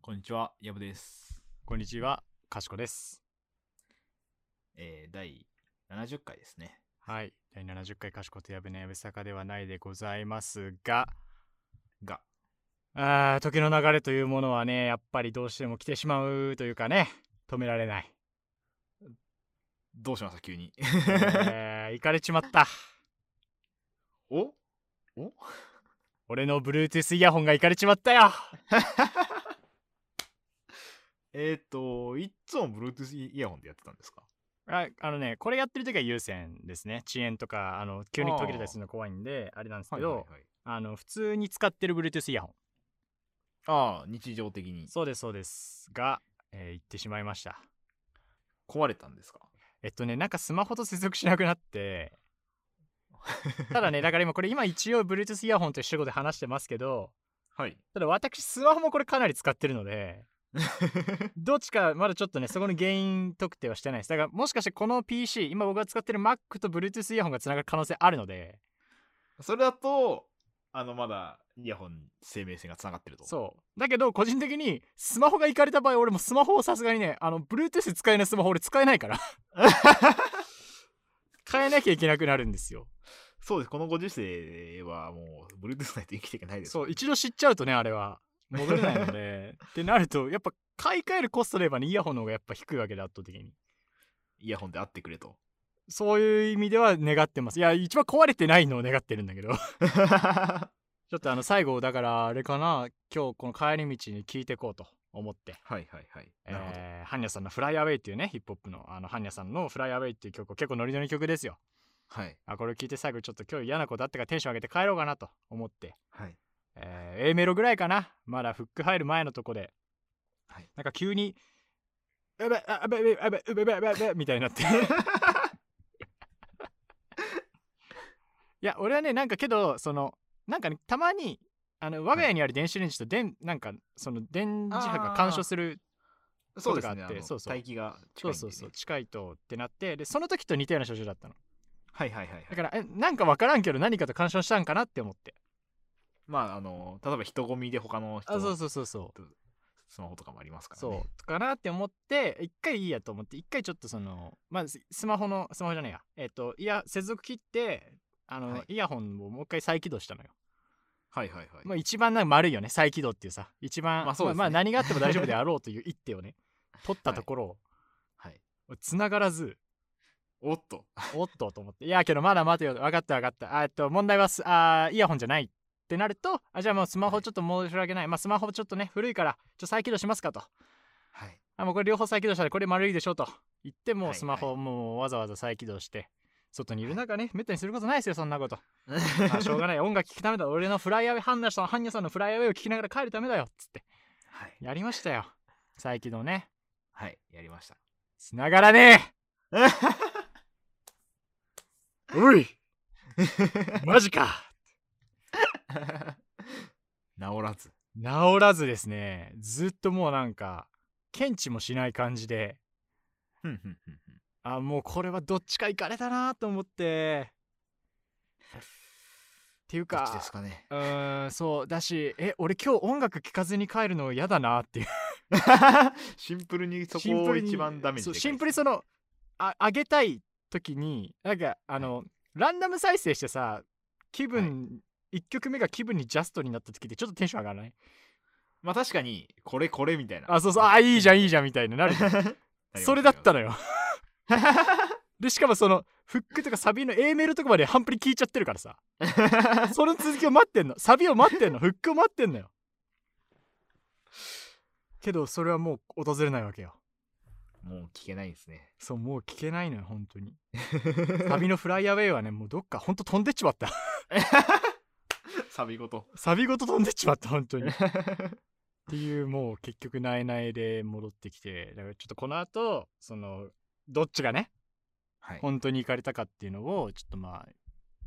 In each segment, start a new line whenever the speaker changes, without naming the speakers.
こんにちは、やぶです。
こんにちは、かしこです。
えー、第70回ですね。
はい。第70回かしことやぶのやぶさかではないでございますが、
が、
あー時の流れというものはね、やっぱりどうしても来てしまうというかね、止められない。
どうしました急に。
えー、行かれちまった。
おお
俺の Bluetooth イヤホンが行かれちまったよ。
えっと、いっつも Bluetooth イヤホンでやってたんですか
ああのね、これやってる時は有線ですね。遅延とか、あの急に途切れたりするの怖いんで、あれなんですけど、
い。
あの普通に使ってる Bluetooth イヤホン。
ああ、日常的に
そうです、そうです。が、えー行ってしまいました。
壊れたんですか
えっとね、なんかスマホと接続しなくな って、ただね、だから今これ今一応 Bluetooth イヤホンと主語で話してますけど、
はい。
ただ私スマホもこれかなり使ってるの で、どっちかまだちょっとね、そこの原因特定はしてないです。だからもしかしてこの PC、今僕が使ってる Mac と Bluetooth イヤホンがつながる可能性あるので、
それだと、あの、まだイヤホン生命線がつながってると。
そう。だけど個人的にスマホがいかれた場合、俺もスマホをさすがにね、あの Bluetooth 使えないスマホ俺使えない から。変えなきゃいけなくなるんですよ。
そうです。このご時世はもう Bluetooth ないと生きていけないです。
そう一度知っちゃうとねあれは戻れない のでってなるとやっぱ買い替えるコストで言えばねイヤホンの方がやっぱ低いわけで圧倒的に
イヤホンであってくれと。
そういう意味では願ってますいや一番壊れてないのを願ってるんだけど ち
は
ょっとあの最後だからあれかな今日この帰り道に聞いてこうと思って
いはいはい。なるほど。
えーハンニャさんの「フライアウェイ」っていうねヒップホップのあのハンニャさんの「フライアウェイ」っていう曲結構ノリノリ曲ですよ
はい。
あこれ聞いて最後ちょっと今日嫌なことあったからテンション上げて帰ろうかなと思って
はい。
えー A メロぐらいかなまだフック入る前のとこで、
はい
なんか急に「やべあやべやべやべやべやべやべ」みたいになっていや俺はねなんかけどそのなんかねたまにあの我が家にある電子レンジと電、なんかその電磁波が干渉する
そうですね。
ことがあ
あ
って
の
そうそう
待機が近
そ
いんでね
うそうそう近いとってなってでその時と似たような症状だったの
はいはいはいはい。
だからえなんか分からんけど何かと干渉したんかなって思って
まあ、あの、例えば人混みで他の人
あそう
の
そうそうそう
スマホとかもありますからね。
そうかなって思って一回いいやと思って一回ちょっとそのまあススマホのスマホじゃないやえっ、といや接続切ってあの、
はい
イヤホンをもう一回再起動したのよ、
はいはいはい。
まあ一番なんか丸いよね再起動っていうさ一番、
まあそうですね
まあ何があっても大丈夫であろうという一手 をね取ったところを
はい。
繋がらず
おっと。
おっとと思っていやけどまだ待てよ分かった分かったあえっと問題はすあーイヤホンじゃないってなるとあじゃあもうスマホちょっと申し訳ない、まあスマホちょっとね古いからちょっと再起動しますかと
はい。
あもうこれ両方再起動したらこれ丸いでしょと言っても
は
う
い
スマホをもうわざわざ再起動して外にいる中ねめったにすることないですよそんな ことまあしょうがない音楽聴くためだ俺のフライアウェイハンナさんハンニャさんのフライアウェイを聴きながら帰るためだよっつって
はい。
やり ましたよ再起動ね
はい。やりました。
繋がらねえおいマジか
治らず。
治らずですねずっともうなんか検知もしない感じで
ふんふんふんふん
あもうこれはどっちか行かれたなと思ってっていう
ど
か
っちですかね。
うーんそうだしえ俺今日音楽聴かずに帰るの嫌だなっていう
シンプルにそ
シン
こ
プ
を
ルに
一番ダメージ
そう
でかい
シンプルにそのあ上げたい時になんかあの、ランダム再生してさ気分、一1曲目が気分にジャストになった時ってちょっとテンション上がらない
まあ確かに、これこれみたいな。
あそうそうあいいじゃんいいじ
ゃ
ゃんみたい になるじゃん
ん
それだった
ら。
のよでしかもそのフックとかサビの A メロとかまで半プリ聞いちゃってるからさその続きを待ってんのサビを待ってんのフックを待ってんのよけどそれはもう訪れないわけよ
もう聞けないですね。
そうもう聞けないのよ本 当にサビのフライアウェイはねもうどっかほんと飛んでっちまった
サビごと。
サビごと飛んでっちまった本当にっていうもう結局ないないで戻ってきてだからちょっとこの後そのどっちがね
はい。
本当に行かれたかっていうのをちょっとまあ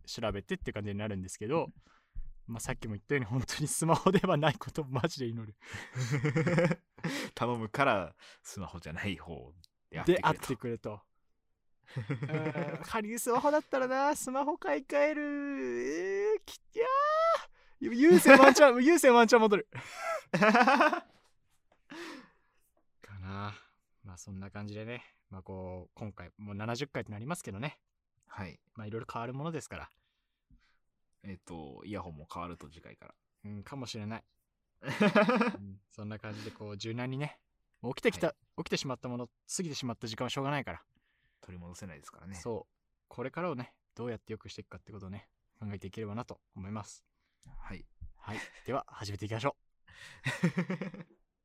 調べてって感じになるんですけど、まあ、さっきも言ったように本当にスマホではないことをマジで祈る
頼むからスマホじゃない方であって
で
く
あっ
れと
てくれと。うん仮にスマホだったらなスマホ買い替えるえー、きっ やー優先ワンチャン優先ワンチャン戻るそんな感じでね、まあこう、今回もう70回となりますけどね、
はい。
まあいろいろ変わるものですから、
えっ、と、イヤホンも変わると次回から。
うん、かもしれない。うんそんな感じでこう柔軟にね、もう起きてきた、
は
起きてしまったもの、過ぎてしまった時間はしょうがないから、
取り戻せないですからね。
そう、これからをね、どうやって良くしていくかってことをね、考えていければなと思います。
はい。
はい、では始めていきましょう。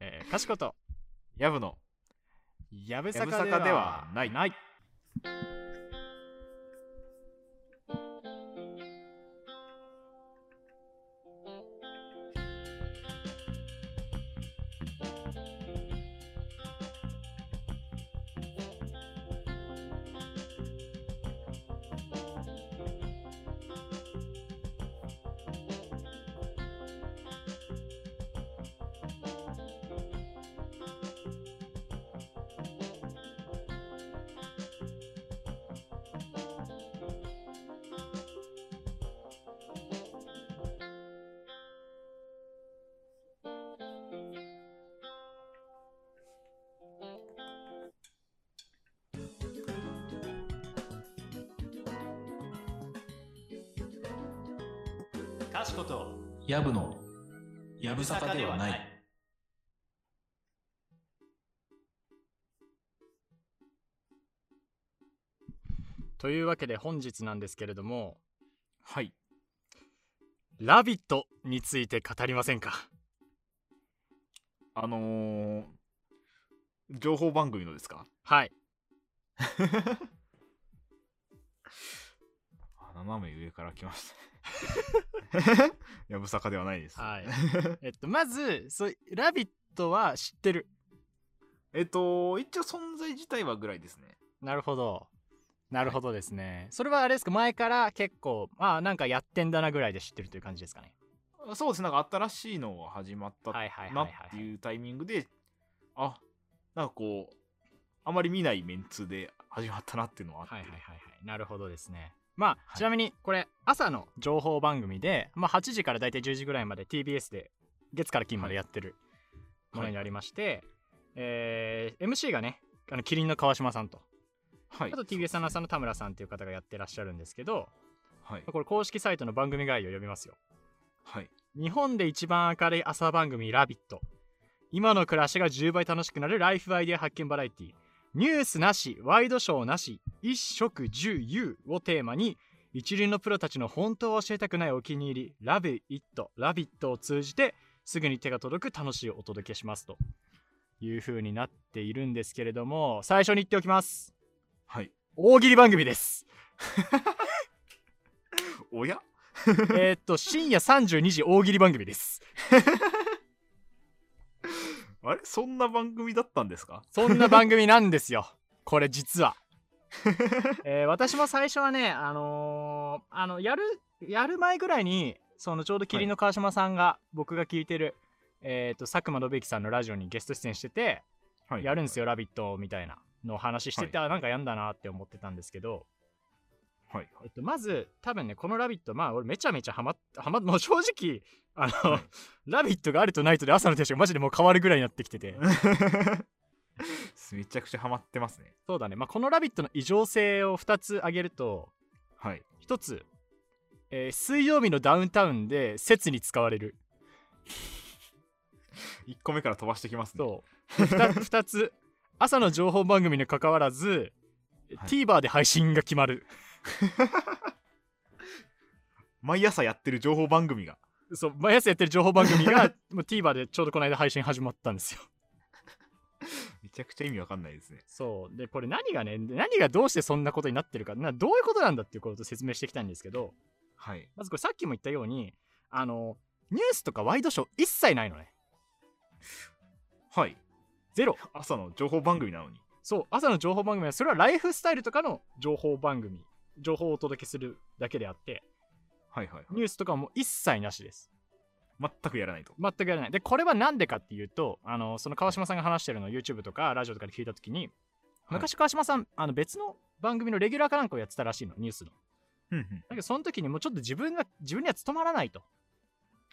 えー、かしこと、
やぶの、
やぶ
や
さ
ぶ
か
さ
で
かで
は
はない。
ない。
かしこと
やぶのやぶさかではない。
というわけで本日なんですけれども、
はい。
「ラビット!」について語りませんか
あのー、情報番組のですか
はい
あ斜め上から来ました。 やぶさかではないです。
はい。えっとまずそう「ラビット!」は知ってる
えっと、一応存在自体はぐらいですね。
なるほどなるほどですね、それはあれですか前から結構まあなんかやってんだなぐらいで知ってるという感じですかね
そうですね、なんか新しいのが始まった
はいはいはい
な
は
っ
いはい
ていうタイミングで、あ、なんかこう、あまり見ないメンツで始まったなっていうのはあって、
はいはいはいはいなるほどですねまあ、
はい
ちなみにこれ朝の情報番組で、まあ、8時からだいたい10時ぐらいまで TBS で月から金までやってるものになりまして、えー MC がねあのキリンの川島さんと
はい
あと TBS アナウンサーの田村さんっていう方がやってらっしゃるんですけど、
はい。
これ公式サイトの番組概要を読みますよ。
はい。
日本で一番明るい朝番組「ラビット!」今の暮らしが10倍楽しくなるライフアイデア発見バラエティニュースなしワイドショーなし一食十遊をテーマに一流のプロたちの本当は教えたくないお気に入り「ラビット!」「ラビット!」を通じてすぐに手が届く楽しいお届けしますという風になっているんですけれども最初に言っておきます
はい。
大喜利番組です
おや
えーっと深夜32時大喜利番組です
あれそんな番組だったんですか
そんな番組なんですよこれ 実は、えー私も最初はねあのーあのやるやる前ぐらいにそのちょうど麒麟の川島さんが、僕が聞いてる、えーっと佐久間信之さんのラジオにゲスト出演してて
は
やるんです
よ。
よ「ラビット!」みたいなのを話してて、
は
あなんかやんだなって思ってたんですけど、
はい。
えっと、まず多分ねこの「ラビット!」まあ俺めちゃめちゃハマっハマもう正直あの、
はい
ラビット!」があるとないとで朝のテンションがマジでもう変わるぐらいになってきてて
めちゃくちゃハマってますね。
そうだね、まあ、この「ラビット!」の異常性を2つ挙げると
はい。
1つ、えー水曜日のダウンタウンで説に使われる
1個目から飛ばしてきますね。
そうで 2, 2つ朝の情報番組にかかわらず、
はい
TVer で配信が決まる
毎朝やってる情報番組が。
そう毎朝やってる情報番組 がもう TVer でちょうどこの間配信始まったんですよ
めちゃくちゃ意味わかんないですね。
そうでこれ何がねで何がどうしてそんなことになってるかなどういうことなんだっていうことを説明していきたいんですけど
はい。
まずこれさっきも言ったようにあのニュースとかワイドショー一切ないのね
はい。
ゼロ
朝の情報番組なのに。
そう朝の情報番組はそれはライフスタイルとかの情報番組情報をお届けするだけであって
はいはい
ニュースとかはもう一切なしで
は
す
い。全くやらないと。
全くやらないでこれは何でかっていうとあのその川島さんが話してるのを YouTube とかラジオとかで聞いた時に昔川島さんあの別の番組のレギュラーかなんかをやってたらしいのニュースのだ
うんうん。
けどその時にもうちょっと自分が自分には務まらないと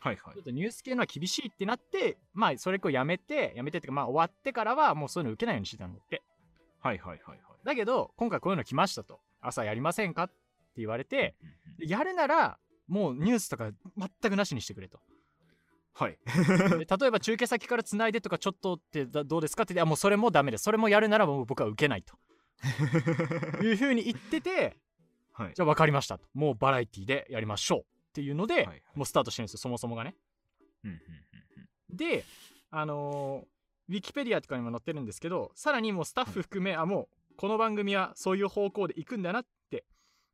はいはい
ちょっ。とニュース系のは厳しいってなってまあそれをやめてやめてっていうかまあ終わってからはもうそういうの受けないようにしてたんだって
はいはいはいはい。
だけど今回こういうの来ましたと朝やりませんかって言われて
うんうんうん
やるならもうニュースとか全くなしにし てくれと
はい。
で例えば中継先からつないでとかちょっとってだどうですかって言ってあもうそれもダメですそれもやるならもう僕は受けな いというふうに言ってて
はい。
じゃあ分かりましたともうバラエティでやりましょうっていうので、
はいはい
もうスタートしてるんですよそもそもがね
うんうんうん
であのーウィキペディアとかにも載ってるんですけどさらにもうスタッフ含め、あもうこの番組はそういう方向で行くんだなって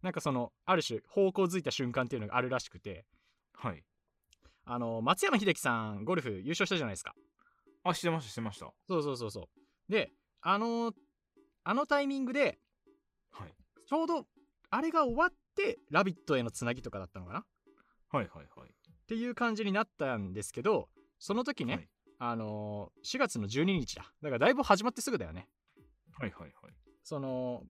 なんかそのある種方向づいた瞬間っていうのがあるらしくて
はい。
あのー松山英樹さんゴルフ優勝したじゃないですか
あ、してました、してました。
そうそうそうそうであのーあのタイミングで
はい。
ちょうどあれが終わって「ラビット!」へのつなぎとかだったのかなっ
はいはいはい。
ていう感じになったんですけどその時ね、
はい
あのー4月の12日だだからだいぶ始まってすぐだよね
はいはいはい。
その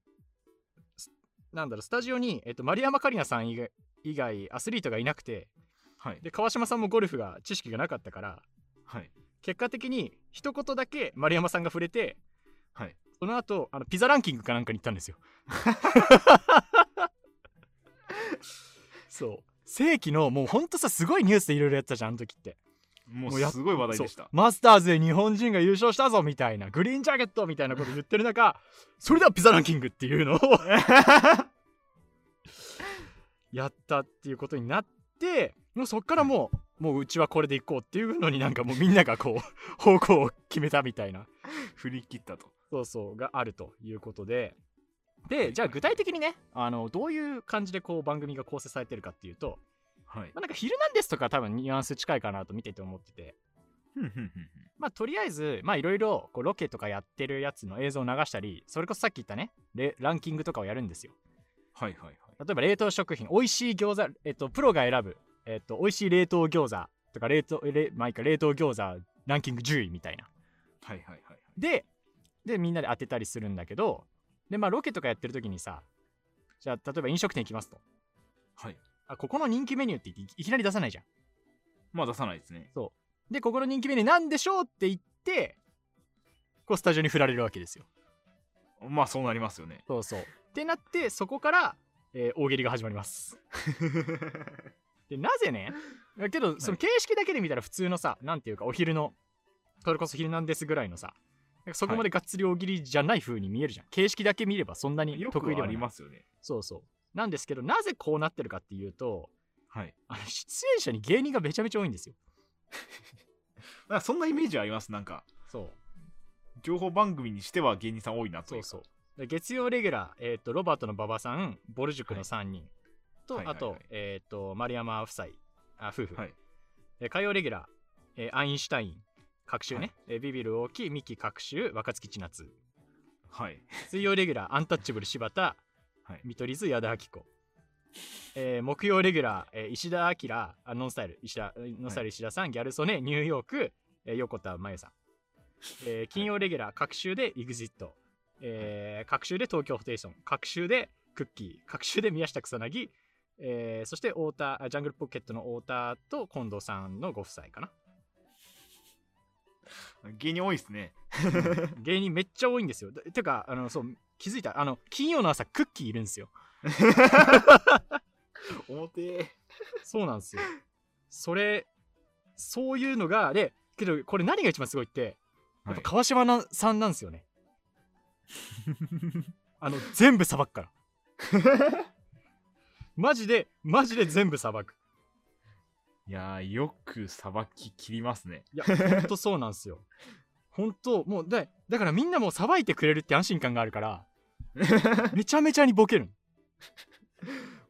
すなんだろうスタジオに、えっと、丸山桂里奈さん以外以外アスリートがいなくて
はい。
で川島さんもゴルフが知識がなかったから
はい。
結果的に一言だけ丸山さんが触れて
はい。
その後あのピザランキングかなんかに行ったんですよそう 世紀のもうほんとさすごいニュースでいろいろやってたじゃんあの時って
も
もうや
う
っ
すごい話題
そう
でした。
マスターズで日本人が優勝したぞみたいなグリーンジャケットみたいなこと言ってる中 それではピザランキングっていうのを やったっていうことになってもうそっからもうもううちはこれでいこうっていうのになんかもうみんながこう 方向を決めたみたいな
振り切ったと。
そうそうがあるということででじゃあ具体的にねあのどういう感じでこう番組が構成されてるかっていうと、
はい
ま。あ、なんか「ヒルナンデス」とか多分ニュアンス近いかなと見てて思ってて
ふんふんふんふん
まあ、とりあえず、まあ、いろいろこうロケとかやってるやつの映像を流したり、それこそさっき言ったね、レランキングとかをやるんですよ。
はいはいはい。
例えば、冷凍食品、美味しい餃子、えっと、プロが選ぶ、えっと、美味しい冷凍餃子とか、冷凍、れまあ、いいか、冷凍餃子ランキング10位みたいな。
はいはいはい。
で、で、みんなで当てたりするんだけど、で、まあ、ロケとかやってる時にさ、じゃあ、例えば飲食店行きますと。
はい。
あ、ここの人気メニューって言っていきなり出さないじゃん。
まあ出さないですね。
で、ここの人気メニューなんでしょうって言って、こう、スタジオに振られるわけですよ。
まあそうなりますよね。
そうそう。ってなってそこから、えー大喜利が始ま ります。でなぜねだけどその形式だけで見たら普通のさなんていうかお昼のそれこそ「ヒルナンデス」ぐらいのさなんかそこまでがっつり大喜利じゃない風に見えるじゃん、形式だけ見ればそんなに
よく
得意で
あ
はな
り
い
ますよね。
そうそうなんですけどなぜこうなってるかっていうと
はい。
あの出演者に芸人がめちゃめちゃ多いんですよ
なんかそんなイメージあります。なんか、
そう
情報番組にしては芸人さん多いなと
そ
いう
う
か。
そうで月曜レギュラー、えー、とロバートの馬場さんボル塾の3人、と、
はいはいはい
あと,、えー、と丸山夫妻あ夫婦、
はい。
えー火曜レギュラー、えーアインシュタイン、各週ね、
はい
えービビる大きい、ミキ各週、若月千夏。
はい。
水曜レギュラー、アンタッチャブル柴田、
はい
見取り図矢田亜希子。えー木曜レギュラー、えー石田明あ、ノンスタイル、石田、ノンスタイル石田さん、ギャル曽根、ニューヨーク、えー横田真由さん。えー金曜レギュラー、各週で EXIT、えー各週で東京ホテイソン、各週でクッキー、各週で宮下草薙、えーそして太田、あジャングルポケットの太田と近藤さんのご夫妻 かな。
芸人多いですね。
芸人めっちゃ多いんですよ。だてか、あの、そう、気づいた。あの、金曜の朝、クッキーいるんですよ。
表。
そうなんですよ。それ、そういうのが、で、けど、これ何が一番すごいって、や
は
っ
い
ぱ川島なさんなんですよね。あの、全部さばく から。マジで、マジで全部さばく。
いやー、よくさばききりますね。
いや、ほんとそうなんですよ。ほんと、もう、だだからみんなもうさばいてくれるって安心感があるから、めちゃめちゃにボケるの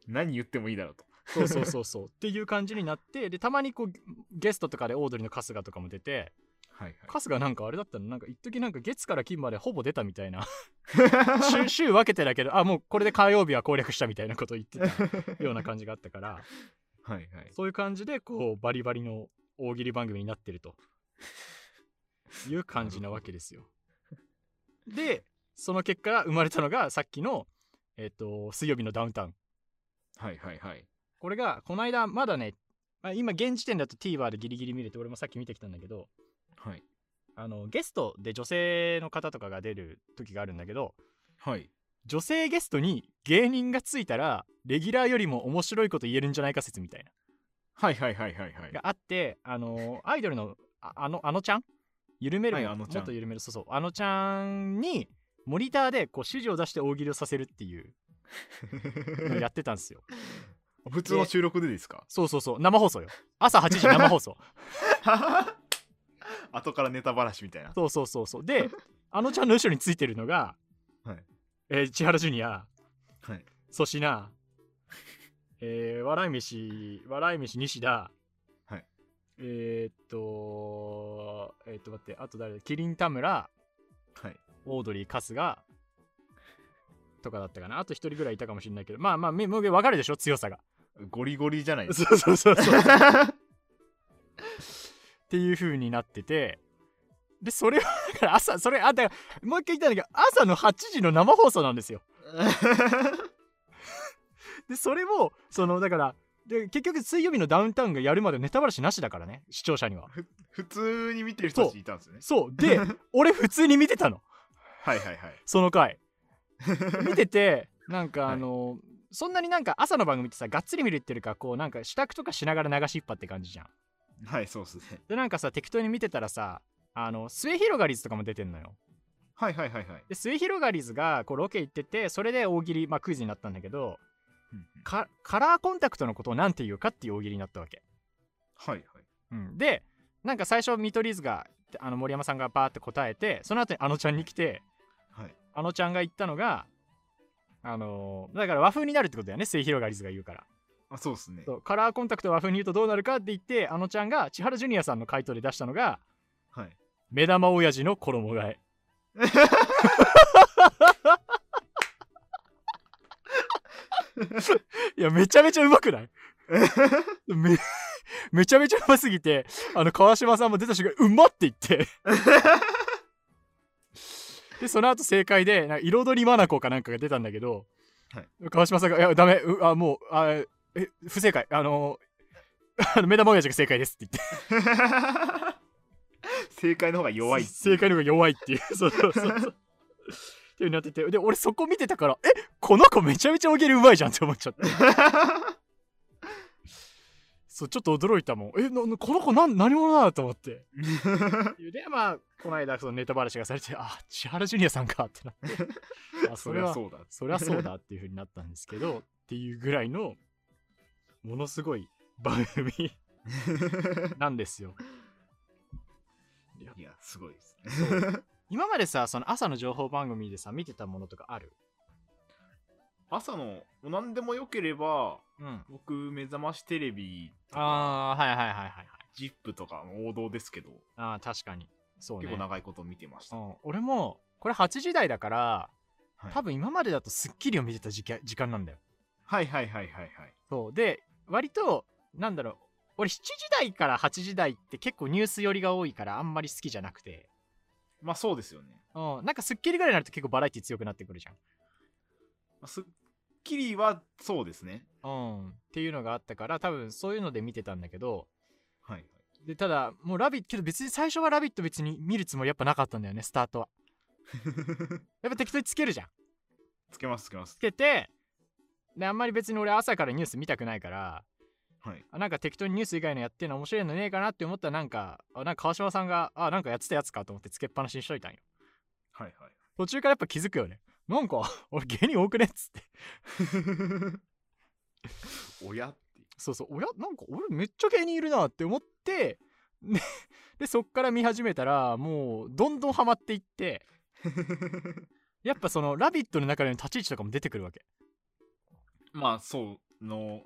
何言ってもいいだろうと。
そうそうそうそうっていう感じになってでたまにこうゲストとかでオードリーの春日とかも出て
はい
春日なんかあれだったのなんか一時なんか月から金までほぼ出たみたいな週週分けてだけどあもうこれで火曜日は攻略したみたいなこと言って たような感じがあったから
はい。はいはい。
そういう感じでこうバリバリの大喜利番組になってるという感じなわけですよ。でその結果生まれたのがさっきの、えっと水曜日のダウンタウン
はいはいはい。
これがこの間まだね、まあ、今現時点だと TVer でギリギリ見れて俺もさっき見てきたんだけど
はい。
あのゲストで女性の方とかが出る時があるんだけど
はい。
女性ゲストに芸人がついたらレギュラーよりも面白いこと言えるんじゃないか説みたいな
はいはいはいはいはい。
があってあのアイドルのああのあのちゃん緩める、
はい
も
あのちゃん
もっと緩めるそうそうあのちゃんにモニターでこう指示を出して大喜利をさせるっていうのをやってたんで すよ
普通の収録でですか
そうそうそう生放送よ朝8時生放送
後からネタばらしみたいな。
そうそうそうそうであのちゃんの後ろについてるのが、
はい
えー千原ジュニア
はい。
粗品、えー、笑い飯、笑い飯西田、
はい、
えー、っと、えーっと、待って、あと誰だキリン田村、
はい。
オードリー春日とかだったかな。あと一人ぐらいいたかもしれないけど、まあまあ、みもう分かるでしょ、強さが。
ゴリゴリじゃないですか。
そうそうそう そう。っていう風になってて、で、それは、 だから朝、それ、あ、だから、もう一回言いたいんだけど、朝の8時の生放送なん ですよ。でそれをそのだからで結局水曜日のダウンタウンがやるまでネタバラシなしだからね視聴者には
普通に見てる人たちいたんですよね。
そう で俺普通に見てたの
はいはいはい。
その 回見ててなんか
はい
あの、そんなになんか朝の番組ってさがっつり見るっていうかこうなんか支度とかしながら流しっぱって感じじゃん
はい、そうですね。
でなんかさ適当に見てたらさあの末広がりずとかも出てんのよ
はいはいはいはい。
で末広がりずがこうロケ行っててそれで大喜利、まあ、クイズになったんだけど
うんうん
かカラーコンタクトのことを何て言うかっていう大喜利になったわけ
はいはい。
うん、でなんか最初見取り図があの森山さんがバーって答えてその後にあのちゃんに来て
はい。
あのちゃんが言ったのがあのーだから和風になるってことだよね末広がりずが言うから
あ、そうですね。
そうカラーコンタクトを和風に言うとどうなるかって言ってあのちゃんが千原ジュニアさんの回答で出したのが
はい。
目玉親父の衣 替えいやめちゃめちゃうまくないめめちゃめちゃうますぎてあの川島さんも出た瞬間うまって言ってでその後正解でなんか彩りまなこかなんかが出たんだけど、
はい
川島さんが「いやダメうあもうあえ不正解あの あの目玉親父が正解です」って言って
正解の方が弱いっていう。
正解の方が弱いっていう そうそうそうそうっていう風になっててで俺そこ見てたからえこの子めちゃめちゃおげるうまいじゃんって思っちゃって そうちょっと驚いたもんえななこの子なん何者だと思 ってでまあこの間そのネタバラシがされてあ千原ジュニアさんかってなって あそ
そ
れ
り
は
ゃ
そ
そうだ。
りゃそうだっていう風になったんですけどっていうぐらいのものすごい番組 なんですよ
いや、すごいですね。
今までさその朝の情報番組でさ見てたものとかある
朝の、もう何でもよければ、
うん
僕、目覚ましテレビとか、
ああはいはいはいはいはい
ジップとか王道ですけど、
ああ確かにそうね
結構長いこと見てました。
うん、俺もこれ8時台だから、
はい
多分今までだと『スッキリ』を見てた時間時間なんだよ
はいはいはいはいはい。
そうで割となんだろう俺7時台から8時台って結構ニュース寄りが多いからあんまり好きじゃなくて、
まあそうですよね。
うん、なんか『スッキリ』ぐらいになると結構バラエティ強くなってくるじゃん
まあスッキリはそうですね。
うん、っていうのがあったから多分そういうので見てたんだけど
はい。
でただもう「ラビット!」けど別に最初は「ラビット!」別に見るつもりやっぱなかったんだよねスタートはやっぱ適当につけるじゃん
つけますつけます
つ。けてであんまり別に俺朝からニュース見たくないから
はい。
あなんか適当にニュース以外のやってるの面白いのねえかなって思ったらなんかあなんか川島さんがあなんかやってたやつかと思ってつけっぱなしにしといたんよ
はいはい。
途中からやっぱ気づくよねなんか 俺芸人多くねっつって
親っていう。
そうそうおやなんか俺めっちゃ芸人いるなって思ってねでそっから見始めたらもうどんどんハマっていってやっぱその「ラビット!」の中での立ち位置とかも出てくるわけ
まあそうの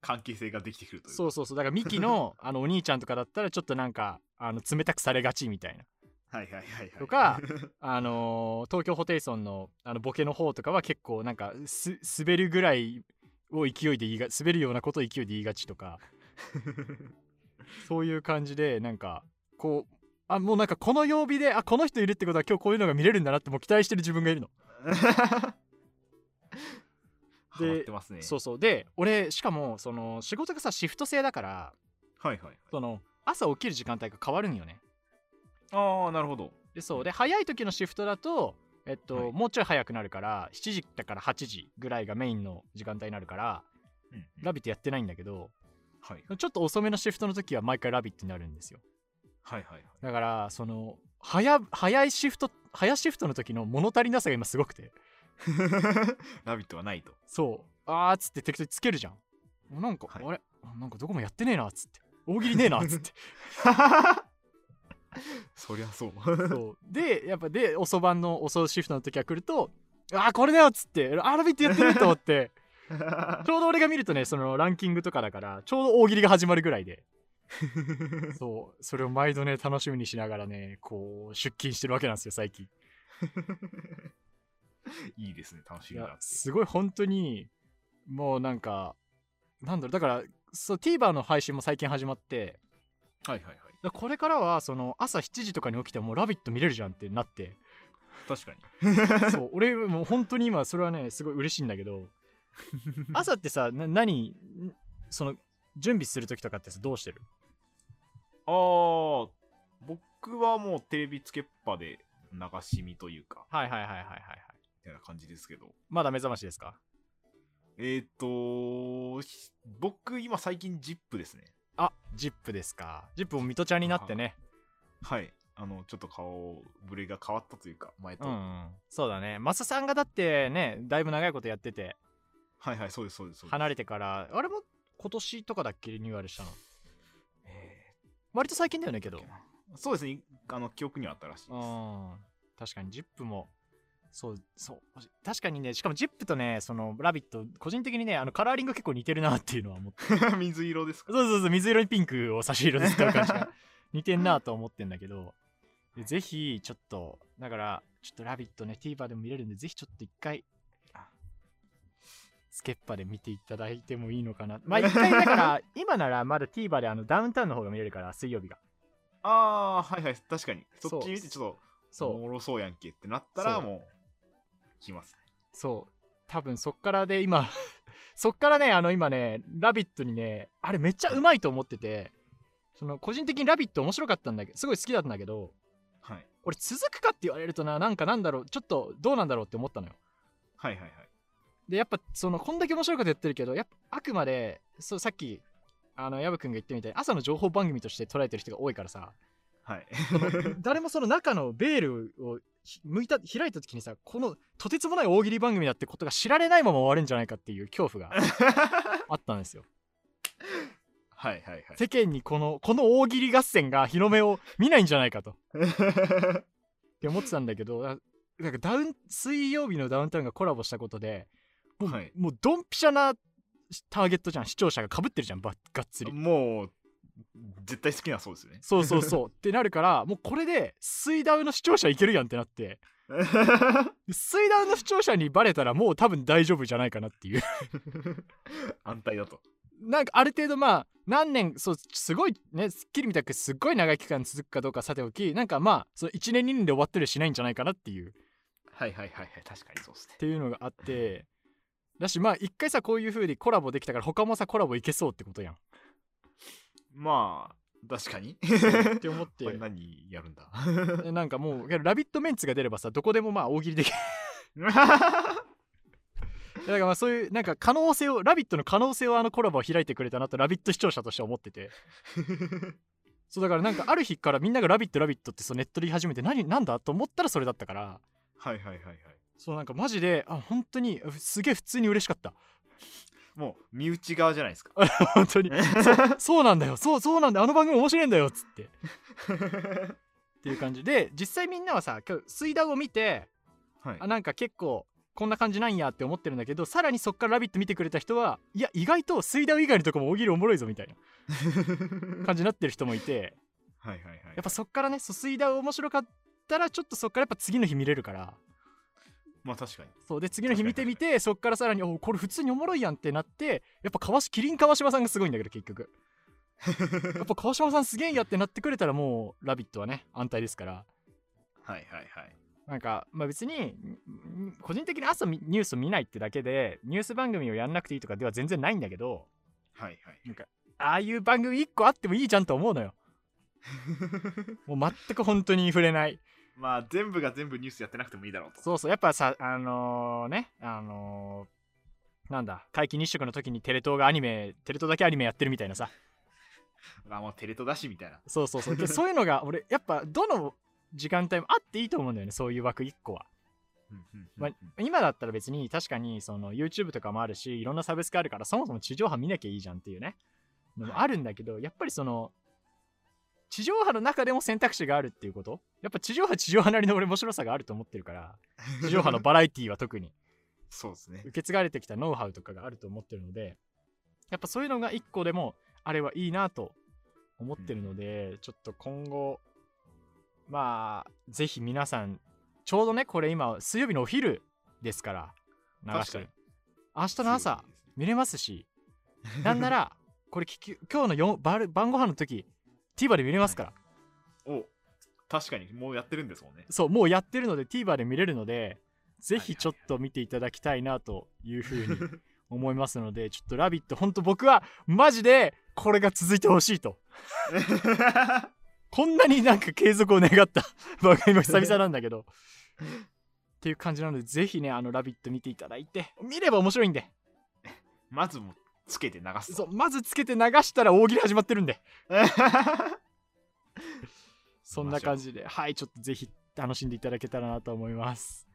関係性ができてくるというか
そうそうそうだからミ キのあのお兄ちゃんとかだったらちょっとなんかあの冷たくされがちみたいな
はいはいはいはい
とかあのー東京ホテイソンのあのボケの方とかは結構なんかす滑るぐらいを勢いで言いが滑るようなことを勢いで言いがち とかそういう感じでなんかこうあもうなんかこの曜日であこの人いるってことは今日こういうのが見れるんだなってもう期待してる自分がいるの。
ハマってますね
そうそうで俺しかもその仕事がさシフト制だから
はいはいはい
その朝起きる時間帯が変わるんよね。
ああ、なるほど。
でそうで早い時のシフトだと、えっと
はい
もうちょい早くなるから7時だから8時ぐらいがメインの時間帯になるから
うんうん
「ラビット!」やってないんだけど
はい
ちょっと遅めのシフトの時は毎回「ラビット!」になるんですよ
はいはいはい。
だからその早早いシフト早シフトの時の物足りなさが今すごくて
ラビットはないと。
そうあーっつって適当につけるじゃんおなんか、
はい
あれあなんかどこもやってねえなっつって大喜利ねえなっつって
そりゃそう。
そうでやっぱで遅番の遅シフトの時が来るとあーこれだよっつってあーラビットやってると思って ちょうど俺が見るとね、そのランキングとかだから、ちょうど大喜利が始まるぐらい で、そう、それを毎度ね、楽しみにしながらね、こう、出勤してるわけなんですよ、最近。
いいですね、楽し
い
みだっ
や、
て。
すごい本当に、もうなんか、なんだろう、だから、そう、TVer の配信も最近始まって、
はいはいはい。
だからこれからは、その、朝7時とかに起きても、ラビット見れるじゃんってなって、
確かに。
そう、俺、もう本当に今、それはね、すごい嬉しいんだけど、 朝ってさ、な何、んその、準備するときとかってさ、どうしてる
ああ、僕はもうテレビつけっぱで流し見というか、
はいはいはいはいはいはい。
みたいな感じですけど。
まだ目覚ましですか
えっ、とし僕今最近 ZIP ですね。
あ、ジップですか。ジップもミトちゃんになってね。
はい。あの、ちょっと顔ぶれが変わったというか、前と。
うん、そうだね。マサさんがだってね、だいぶ長いことやってて、
はいはい、そうです、そうです。そうです
離れてから、あれも今年とかだっけリニューアルしたの。
え
割と最近だよね、けど。
ーそうですね、あの、記憶にはあったらしいです。
うん。確かに、ジップも、そう、そう。確かにね、しかもジップとね、その、ラビット、個人的にね、あの、カラーリング結構似てるなっていうのは思って。
水色ですか
そうそうそう、水色にピンクを差し色で使う感じ が。似てんなとは思ってんだけど、でぜひちょっと、だから、ちょっとラビットね、TVer でも見れるんで、ぜひちょっと一回
あ、
スケッパで見ていただいてもいいのかな。まあ一回だから、今ならまだ TVer であのダウンタウンの方が見れるから、水曜日が。
ああー、はいはい、確かに。そっ
そ
ち
う
見てちょっと、お
そう、
もろそうやんけってなったら、
そう
もう、来ますね。
そう。多分そっからで今、 そっからね、あの今ね、ラビットにね、あれめっちゃうまいと思ってて、その個人的にラビット面白かったんだけど、すごい好きだったんだけど、
はい。
俺続くかって言われるとな、なんかなんだろう、ちょっとどうなんだろうって思ったのよ。
はいはいはい。
でやっぱそのこんだけ面白いことやってるけどやっぱあくまでそうさっきあの薮君が言ってみたいに朝の情報番組として捉えてる人が多いからさ
はい。
誰もその中のベールをひ向いた開いた時にさこのとてつもない大喜利番組だってことが知られないまま終わるんじゃないかっていう恐怖があったんですよ
はいはいはい。
世間にこのこの大喜利合戦が日の目を見ないんじゃないかとって思ってたんだけどななんかダウン水曜日のダウンタウンがコラボしたことでもう,、
はい
もうドンピシャなターゲットじゃん視聴者がかぶってるじゃんばがっつり
もう、絶対好きなそうです ね。
そうそうそうってなるからもうこれで水ダウの視聴者いけるやんってなってで水ダウの視聴者にバレたらもう多分大丈夫じゃないかなっていう
安泰だと。
なんかある程度まあ何年そうすごいねスッキリみたくすっごい長い期間続くかどうかさておきなんかまあその1年2年で終わってるしないんじゃないかなっていう
はいはいはいはい、確かにそうですね
っ。ていうのがあってだしまあ一回さこういう風にコラボできたから他もさコラボいけそうってことやん
まあ、確かに。
って思っ て
これ何やるんだ
でなんかもうけどラビットメンツが出ればさどこでもまあ大喜利できるだからまあそういうなんか可能性をラビットの可能性をあのコラボを開いてくれたなとラビット視聴者としては思っててそうだからなんかある日からみんなが「ラビットラビット!」ってそうネットで言い始めて何なんだと思ったらそれだったから
はいはいはいはい。
そうなんかマジであ本当にすげえ普通に嬉しかった
もう、身内側じゃないですか。
本当にそうなんだよそうそうなんだよあの番組面白いんだよっつってっていう感じで実際みんなはさ今日水ダウを見て
はい
あなんか結構こんな感じなんやって思ってるんだけどさらにそっから「ラビット!」見てくれた人はいや意外と水ダウ以外のとこも大喜利おもろいぞみたいな 感じになってる人もいて
はいはいはい。
やっぱそっからねそう水ダウ面白かったらちょっとそっからやっぱ次の日見れるから
まあ確かに。
そうで次の日見てみ
確か
てそっからさらに「おこれ普通におもろいやん」ってなってやっぱ川島キリン川島さんがすごいんだけど 結局やっぱ川島さんすげえんやってなってくれたらもう「ラビット!」はね安泰ですから
はいはいはい。
なんか、まあ、別にんん個人的に朝みニュースを見ないってだけでニュース番組をやんなくていいとかでは全然ないんだけど
はいはい。
ああいう番組1個あってもいいじゃんと思うのよもう全く本当に触れない
まあ全部が全部ニュースやってなくてもいいだろうと。
そうそうやっぱさあのねあのーなんだ皆既日食の時にテレ東がアニメテレ東だけアニメやってるみたいなさ
あもうテレ東だしみたいな。
そうそうそうでそういうのが俺やっぱどの時間帯もあっていいと思うんだよねそういう枠1個は
うんうんうん
まあ今だったら別に確かにその YouTube とかもあるしいろんな差別があるからそもそも地上波見なきゃいいじゃんっていうねのもあるんだけどやっぱりその地上波の中でも選択肢があるっていうことやっぱ地上波地上波なりの俺面白さがあると思ってるから地上波のバラエティーは特に
そうですね
受。け継がれてきたノウハウとかがあると思ってるのでやっぱそういうのが1個でもあれはいいなと思ってるので、ちょっと今後まあぜひ皆さんちょうどねこれ今水曜日のお昼ですから流してる明日の朝見れます しなんならこれ聞き今日のよんばる晩ご飯の時 TVer で見れますから、
お確かにもうやってるんですもんね。
そうもうやってるので TVer で見れるのでぜひちょっと見ていただきたいなというふうに思いますのでちょっと「ラビット!」ほんと僕はマジでこれが続いてほしいとこんなになんか継続を願った番組も久々なんだけどっていう感じなのでぜひねあの「ラビット!」見ていただいて見れば面白いんで
まずもうつけて流す
そ
と。
うまずつけて流したら大喜利始まってるんでそんな感じではいちょっとぜひ楽しんでいただけたらなと思います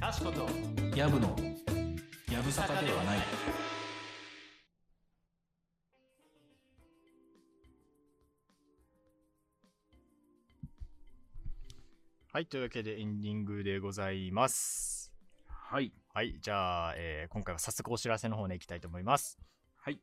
かしこと
やぶのやぶさかではない
はいというわけでエンディングでございます
はい。
はい、じゃあ、えー今回は早速お知らせの方に行きたいと思います。
はい。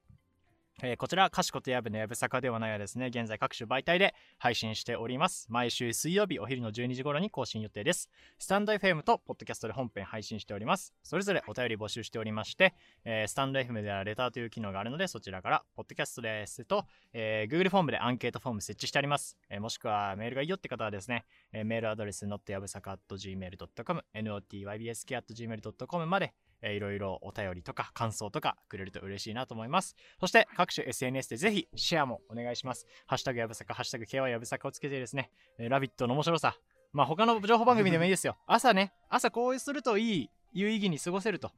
えーこちら、かしことやぶのやぶさかではないはですね、現在各種媒体で配信しております。毎週水曜日お昼の12時頃に更新予定です。スタンド FM とポッドキャストで本編配信しております。それぞれお便り募集しておりまして、えースタンド FM ではレターという機能があるので、そちらから、ポッドキャストですと、えー Google フォームでアンケートフォーム設置してあります。えーもしくはメールがいいよって方はですね、えーメールアドレス notyabusaka.gmail.com、notybsk.gmail.com まで、えーいろいろお便りとか感想とかくれると嬉しいなと思います。そして各種 SNS でぜひシェアもお願いします。ハッシュタグやぶさか、ハッシュタグ KY やぶさかをつけてですね、えーラビットの面白さ、まあ他の情報番組でもいいですよ。朝ね、朝こうするといい、有意義に過ごせると、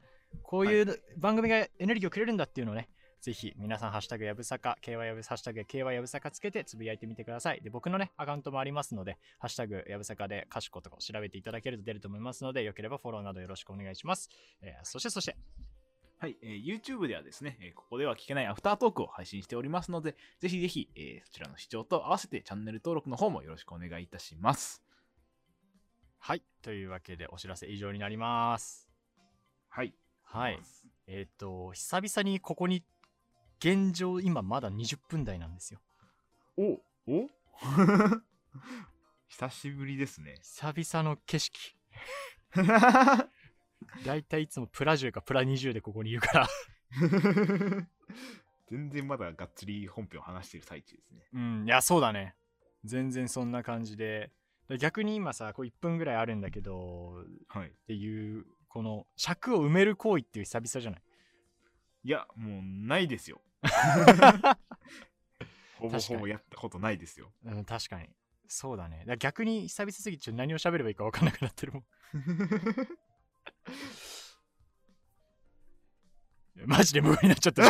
こういう番組がエネルギーをくれるんだっていうのをね、ぜひ皆さん、ハッシュタグやぶさか、KY やぶ、ハッシュタグ KY やぶさかつけてつぶやいてみてください。で、僕のね、アカウントもありますので、ハッシュタグやぶさかでかしことかを調べていただけると出ると思いますので、よければフォローなどよろしくお願いします。えーそしてそして、
はい、えー YouTube ではですね、えーここでは聞けないアフタートークを配信しておりますので、ぜひぜひ、えーそちらの視聴と合わせてチャンネル登録の方もよろしくお願いいたします。
はい、というわけでお知らせ以上になります。
はい。
はい。えっ、と、久々にここに、現状今まだ20分台なんですよ。。
おお 久しぶりですね
久々の景色。だいたいいつもプラ10かプラ20でここにいるから。
全然まだがっつり本編を話している最中ですね。
うん、いや、そうだね。全然そんな感じで。で逆に今さ、こう1分ぐらいあるんだけど、
はい。
っていう、この尺を埋める行為っていう久々じゃない
いや、もうないです よ。ほぼ
確か
ほ
に
ぼやったことないですよ。
うん、確かに。そうだね。だから逆に久々すぎてちょっと何を喋ればいいか分かんなくなって るもん。マジで無言になっちゃった。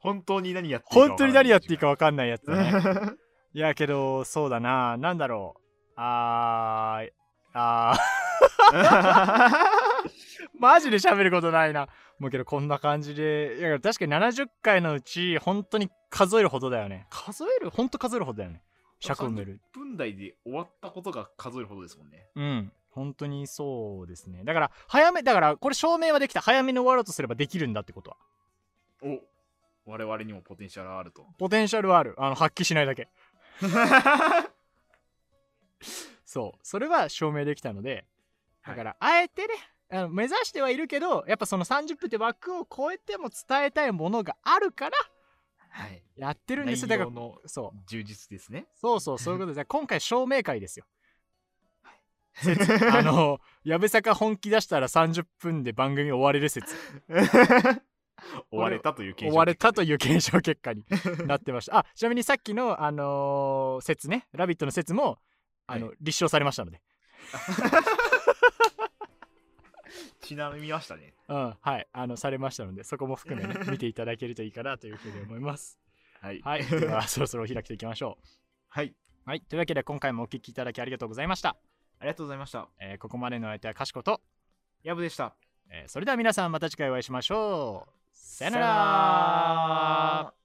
本当に何やっていいか
本当に何やっていいか分かんないやつだね。
か
いやけど、そうだな。なんだろう。あー、あー、マジで喋ることないな。もうけどこんな感じで。いや確かに70回のうち、本当に数えるほどだよね。数える本当数えるほどだよね。尺を埋める。
1分台で終わったことが数えるほどですもんね。
うん。本当にそうですね。だから、早め、だから、これ証明はできた。早めに終わろうとすればできるんだってことは。
お我々にもポテンシャルはあると。
ポテンシャルはあるあの発揮しないだけそうそれは証明できたのでだから、あえてねあの目指してはいるけどやっぱその30分って枠を超えても伝えたいものがあるから
はい。
やってるんですよだ
内
から
容の
そう
充実です ね。
そうそうそういうことです今回証明会ですよ説 あの矢部坂本気出したら30分で番組終われる説
追われたという
終われたという検証 結果になってましたあちなみにさっきのあのー説ね「ラビット!」の説もあの、
は
立証されましたので
ちなみましたね。
うんはいあのされましたのでそこも含めね見ていただけるといいかなというふうに思います
はい。
はいではそろそろ開きていきましょ
はい。
うはいというわけで今回もお聞きいただきありがとうございました、
ありがとうございました。
えーここまでのお相手はかしこと、
ヤブでした。
えーそれでは皆さんまた次回お会いしましょうさよな
さよな
ら
ら